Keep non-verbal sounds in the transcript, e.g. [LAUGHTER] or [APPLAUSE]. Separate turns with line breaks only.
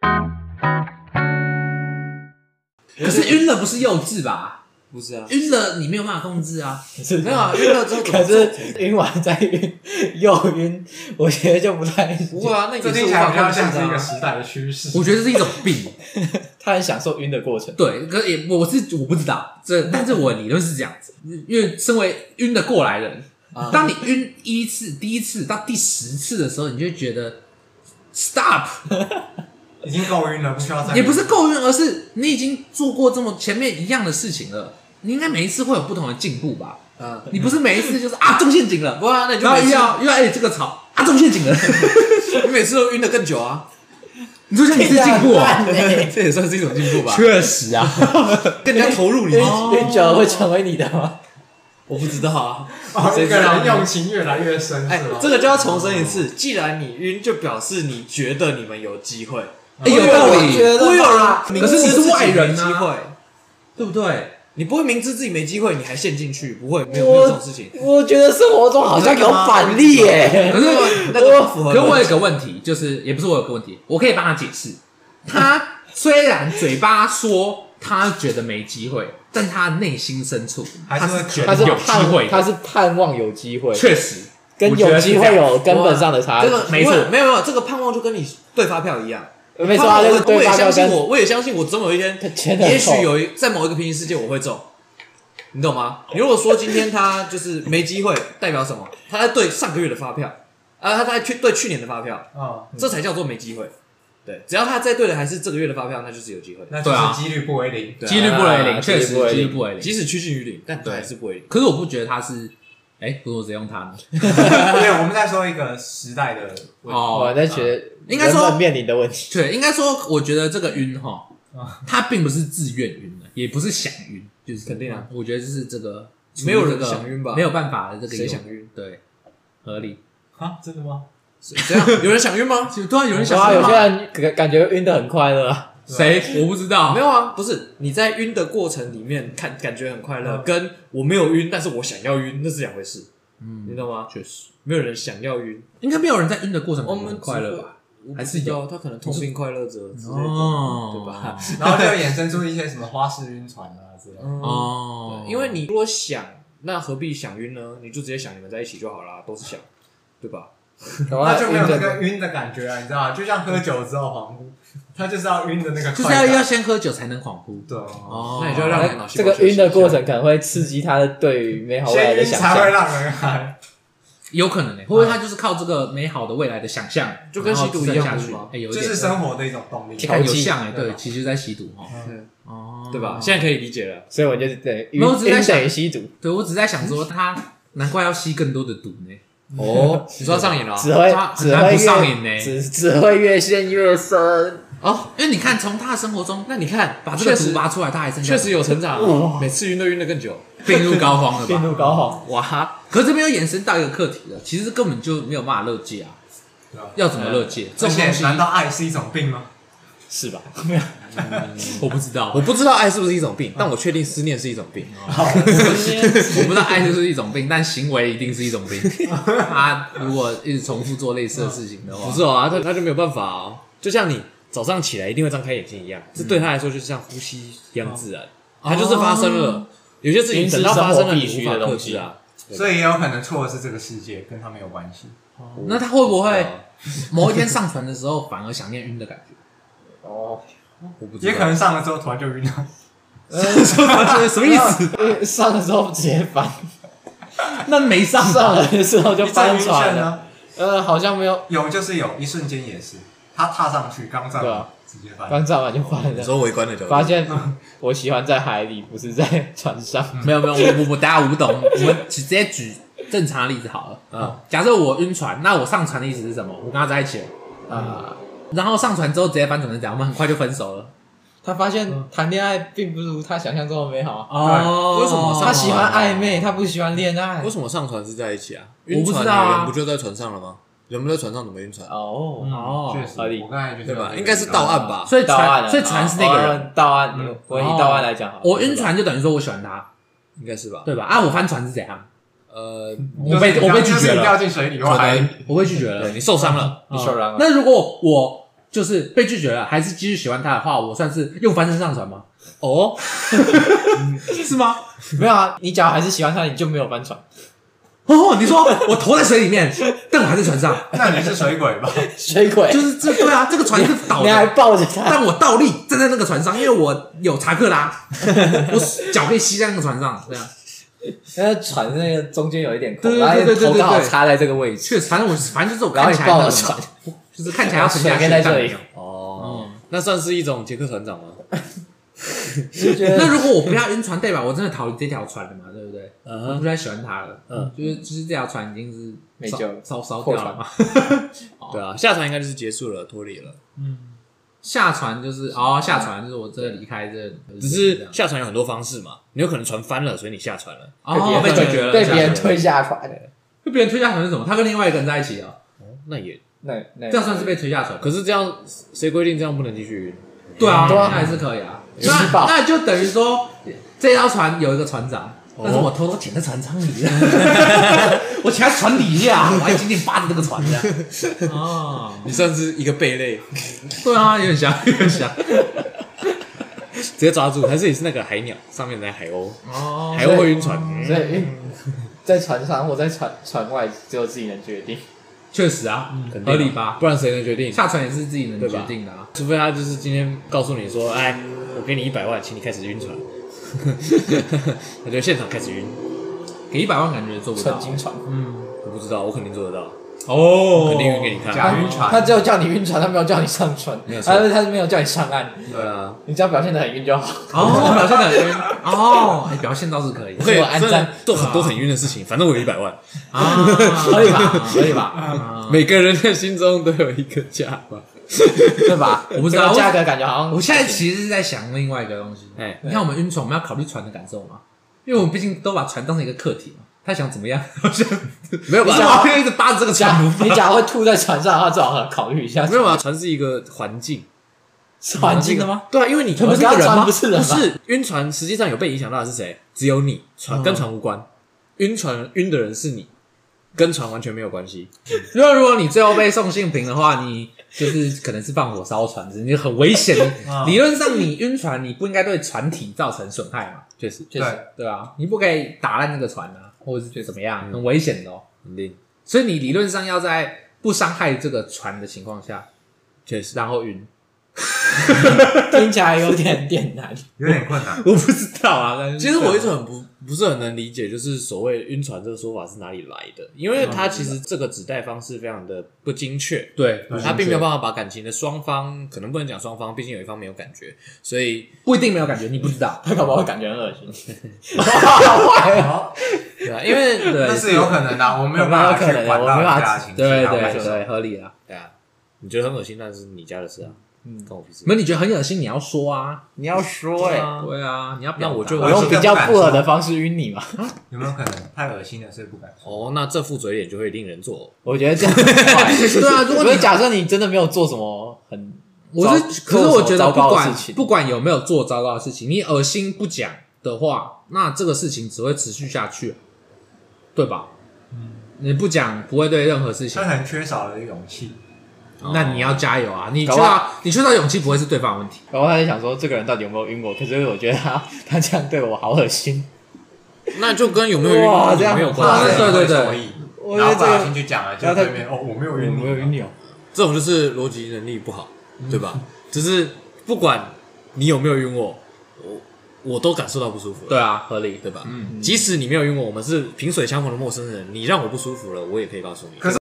[LAUGHS] 可是晕了不是幼稚吧？
不是啊，
晕了你没有办法控制啊。
是
没有啊，晕了之后怎么
[LAUGHS] 可
做
是晕完再晕，又晕，我觉得就不太 [LAUGHS]
不会啊，那
这
个是
听
无
起来
法
比较
控制
像是一
的
个
啊。
时代的趋势。
我觉得这是一种病，
他很享受晕的过程。
对，可也我是我不知道
[LAUGHS]
这，但是我理论是这样子，因为身为晕的过来人，
啊
当你晕一次、第一次到第十次的时候，你就会觉得 stop，
已经够晕了，不需要再
也不是够晕，而是你已经做过这么前面一样的事情了，你应该每一次会有不同的进步吧？
嗯，
你不是每一次就是啊中陷阱了，
不会啊，那你就
然后
每
又
次
要又要哎这个草啊中陷阱了， [LAUGHS]
你每次都晕的更久啊，
你说像你是进步啊？
[LAUGHS] 这也算是一种进步吧？
确实
[LAUGHS]
啊，
更加投入你
晕
自己，
晕久了会成为你的吗？
我不知道啊，
哦，
谁
一
知
个
道
人
呢
用情越来越深，
哎
是吗，
这个就要重申一
哦
次，既然你晕，就表示你觉得你们有机会。
哎有道理，
我有
啦
了，
可是你是外人
机会哎
啊，对不对？
你不会明知自己没机会，你还陷进去，不会，没有没有这种事情。
我觉得生活中好像有反例耶。
可是
那个不符合
可
逻辑。
是我有个问题，就是也不是我有个问题，我可以帮他解释。他虽然嘴巴说他觉得没机会，但他内心深处
还是
他
会
是觉
觉
得
得
有机会
盼，他
的。
是盼望有机会，
确实，
跟
我觉
有
得是
机
这
会
样
有根本上的差
这
距。
个
没错
不会没有没有，这个盼望就跟你对发票一样。
没错啊，
盼
就
望我
是
我
对
也
方
相
要
信
跟
我，我也相信我总有一
[LAUGHS]
天
钱，很
也许
厚
有一在某一个平行世界我会中，你懂吗？你如果说今天他就是没机会，代表什么？他在对上个月的发票，啊，他在去对去年的发票，
啊，
这才叫做没机会。对，只要他在对的还是这个月的发票，那就是有机会。
那
对啊
就是几率不为零。
对啊
几率不为零，
啊
确实
几率不为零
几率不为零。
即使趋近于零，但他
对
还是不为零。
可是我不觉得他是，哎，不是我直接用他呢。
[LAUGHS] 对，我们再说一个时代的问题。
哦
我，在觉得
应该说
人们面临的问题，
对，应该说，我觉得这个晕哈
啊，
他并不是自愿晕的，也不是想晕，就是
肯定啊。
我觉得就是这个
没有人
这个
想晕吧
没有办法的这个
谁
有
想晕？
对，合理。
啊，真的吗？
谁这样有人想晕吗？
[LAUGHS] 就突啊然有人想
哇，
说
有
话
些人感感觉晕的很快乐啊，
谁我不知道，
没有啊，不是你在晕的过程里面看感觉很快乐，
嗯
跟我没有晕，但是我想要晕，那是两回事，你
嗯，
懂吗？
确实，
没有人想要晕，
应该没有人在晕的过程
我
中
们
很快乐吧？
吧
还是有
他可能痛并快乐着之类的，对吧
哦，？
然后就衍生出一些什么花式晕船啊之类的。
哦，
哦，
因为你如果想，那何必想晕呢？你就直接想你们在一起就好啦，都是想，对吧？
那
那
就没有那个晕的感觉啊，你知道吗？就像喝酒之后恍惚，他就是要晕的那个
就是
快
要
感
要先喝酒才能恍惚
对哦，
哦，
那你就让你脑细
这
胞
个
休息
晕的
一下
过程可能会刺激他的对于美好未来
先
的
晕
想
才会
象。
让人嗨。
有可能呢，会欸啊不会他就是靠这个美好的未来的想象，
就跟吸毒一样
然后支撑
是
下
吗
去，哎，有一
就
点
是生活的一种动力。
哎看有像哎，
调剂对
对，
吧
其实就在吸毒哦，
嗯
哦，
对吧？现在可以理解了。
所以我就是等于晕
没有我只是在
晕
想
等于吸毒，
对我只是在想说他难怪要吸更多的毒呢，
哦，你说他上瘾了啊？
只会
他很
只
难
会
不上瘾
越
呢
只只会越陷越深。
哦，
因为你看从他的生活中
那你看，
把
把
这
这
个
个
毒
毒
拔出来，他还剩下
确实有成长啊，每次晕都晕的更久。
[LAUGHS] 病入膏肓了吧？
病入膏肓。
哇，
可是这边又衍生到一个课题了，啊其实根本就没有办法乐界啊，
对吧
要怎么乐界？这
而
种
且
东，西
难道爱是一种病吗？
是吧？
我不知道，我
我不知道爱是不是一种病，但我确定思念是一种病。
[LAUGHS] 我不知道爱就是一种病，但行为一定是一种病。他如果一直重复做类似的事情的话，
不是哦，啊，他他就没有办法哦，就像你早上起来一定会张开眼睛一样，这对他来说就是像呼吸一样自然，他就是发生了。有些事情等到发生了，你
平时生活必须
无法
的
克
东西
制啊。
所以也有可能错的是这个世界，跟他没有关系。
那他会不会
啊
某一天上船的时候反而想念晕的感觉？
哦，
我不知
也可
道，
能上了之后突然就
[LAUGHS]
晕了。
什么意
[LAUGHS]
思？
上的时候直接翻，
那没上
上
吧
了的时候就
你在
翻
晕眩
船了。
呢？
呃，好像没有
有就是有，一瞬间也是，他踏上去刚站
对
稳
啊，
直接翻。
刚上完就翻
你
了，
说围观的角
发
度，
现我喜欢在海里，不是在船上。
没有没有，我我我大家我不懂，我们直接举正常的例子好了。
嗯
假设我晕船，那我上船的意思是什么？我跟他在一起了，
啊，
然后上船之后直接翻船是怎样？我们很快就分手了。
他发
嗯
现谈恋爱并不如他想象中的美好啊。
哦，
为什么上
他喜欢暧昧，他不喜欢恋爱
为。什么上船是在一起啊？
我
晕
不知
船
道啊
哎的人不就在船上了吗？人不在船上怎么晕船？
哦，
哦
嗯确实
合理，
我刚才就是
对啊
有这
吧？
个
应该是到岸吧？
所以
到岸了，
船，所以船是那个人。哦
哦到岸
嗯，
我以到岸来讲好了。
我晕船就等于说我喜欢他，
应该是吧？
对吧？啊，我翻船是怎样？
呃，
我被我被拒
就是
绝
你掉
了，
进水里或
可
海里
能
我被拒绝了啊
对。你受伤了，
你受伤了
那如果我就是被拒绝了，还是继续喜欢他的话，我算是用翻身上船吗？
哦，
[LAUGHS] 是吗？
没有啊，你假如还是喜欢他，你就没有翻船。
哦，你说我投在水里面， [LAUGHS] 但我还在船上，
那你是水鬼吧？
水鬼，
就是这对啊，这个船是倒
你还
的，
抱着
[LAUGHS]
他，
但我倒立站在那个船上，因为我有查克拉， [LAUGHS] 我脚可以吸在那个船上，对啊，
那船那个中间有一点空，
对对
然后
对对对
头刚好
对
插在这个位置，
确实，反正我反正就是我
然后
看起
你
来那
抱着
个
船，
就是看起来要沉下
水
去
跟在这
但
里
没有。
哦，
嗯
那算是一种杰克船长吗？
就觉 [LAUGHS]
那
得
如果我不要晕船，代表我真的逃离这条船了嘛，对不对？
嗯
我
哼，
不太喜欢他了，
嗯，
就是就是这条船已经是
没
烧
救了
烧烧
破
掉了
船
嘛。
对啊，下船应该就是结束了，脱离了。
下船就是哦，下船就是我真的离开这，
只是下船有很多方式嘛，你有可能船翻了，所以你下船了。
哦被
被别人
拒绝了，
被
下
别人
船
推下船，
被别人推下船是什么？他跟另外一个人在一起啊，
那也，
那那
这样算是被推下船。
可是这样谁规定这样不能继续晕？
对啊，
对啊
那还是可以啊。
有
那
吃饱
那就等于说，这条船有一个船长，但是我偷
哦
偷潜在船舱里， [LAUGHS]
啊
我潜在船底下，我还紧紧扒着这个船
[LAUGHS]
的。哦，
[LAUGHS]
[LAUGHS]
你算是一个贝类，
对啊，有点像，有点像。
直接抓住，还是你是那个海鸟上面的海鸥？
哦
海鸥会晕船，
所以 [LAUGHS] 嗯在船上或在船船外，只有自己能决定。
确实啊，
肯定啊
合理吧？
不然谁能决定？
下船也是自己能
对
决
吧
定的啊。
除非他就是今天告诉你说，哎，我给你一百万，请你开始
[LAUGHS]
晕船，他就现场开始晕。
给一百万感觉做不
纯
到。
金船，
嗯，
我不知道，我肯定做得到，
哦
肯定晕给你看。
假晕
他
船，
只有叫你晕船，他没有叫你上船，
没有错
他他没有叫你上岸，
对啊，
你只要表现的很晕就好。
哦，表现的很晕哦，哎表现倒是可
[LAUGHS]
以
我可以
我按
真
赞
的做很多很晕的事情，反正我有一百万。
啊， [LAUGHS] 可以吧？嗯可以
[LAUGHS]
吧？
每个人的心中都有一个家吧。
对吧？
我不知道
这个价格感觉好像
我现在其实是在想另外一个东西。
哎，
你看，我们晕船，我们要考虑船的感受嘛，因为我们毕竟都把船当成一个客体嘛。他想怎么样？好像
没有
你
吧？
想要一直扒着这个
假
船不放
你假如会吐在船上的话，最好考虑一下。
没有
啊
吧？船是一个环境，
是环境的吗？
吗？
对啊，因为你
船不是一个人吗
不
不是
是晕船，实际上有被影响到的是谁？只有你，船跟船无关。晕船晕的人是你，跟船完全没有关系。
如果如果你最后被送性平的话，你就是可能是放火烧船，你很危险。
哦
啊
理论上，你晕船，你不应该对船体造成损害嘛？
确实，
确
对，
实，
对啊，你不可以打烂那个船啊，或者是怎么样，
嗯
很危险的哦。
肯定，
所以你理论上要在不伤害这个船的情况下，
确实。
然后晕。
听起来有点点难。
有点困
[LAUGHS]
难。
我不知道啊，但是
其实我一直很不不是很能理解，就是所谓晕船这个说法是哪里来的，因为它其实这个指代方式非常的不精确。
对，
不精确
他并没有办法把感情的双方，可能不能讲双方，毕竟有一方没有感觉，所以
不一定没有感觉，你不知道。
他搞不好会感觉很恶心。
好，
对啊，因为
对
那是有可能啊的，我没有办法去管到人家的情绪，
对
然后
对
感受
对，合理啊。
对啊，你觉得很恶心，那是你家的事啊，嗯，跟我屁事。
没有，你觉得很恶心，你要说啊。
你要说哎
欸
对啊，你要表
那
达
我就
我用比较不合的方式晕你嘛？
有没有可能太恶心了，所以不敢说？
哦，那这副嘴脸就会令人作
我觉得这样很坏。
[LAUGHS] 对啊。如果
我
你
是假设你真的没有做什么很，
我
糟
是，可是我觉得
做什么糟
不
糕的
管
事情
不管有没有做糟糕的事情，你恶心不讲的话，那这个事情只会持续下去，对吧？你不讲不会对任何事情
他，可能缺少了勇气，
那你要加油啊！你
哦搞
缺
不好
少你缺少勇气不会是对方的问题，
然后他就想说这个人到底有没有晕我？可是我觉得他他这样对我好恶心。
呕， [LAUGHS] 那就跟有没有晕
哇
有
这样
没有
很
关
坏
系。啊
对啊对对
所以
我
然
觉
后不
得这
小
个
心去讲了，就
然后他
对面哦，我没有
我
晕你，
没有晕你哦，
[LAUGHS] 这种就是逻辑能力不好，
嗯
对吧？就是不管你有没有晕我，我我都感受到不舒服了，
对啊，合理。
对吧？
嗯
即使你没有晕我，我们是萍水相逢的陌生人，你让我不舒服了，我也可以告诉你。
可是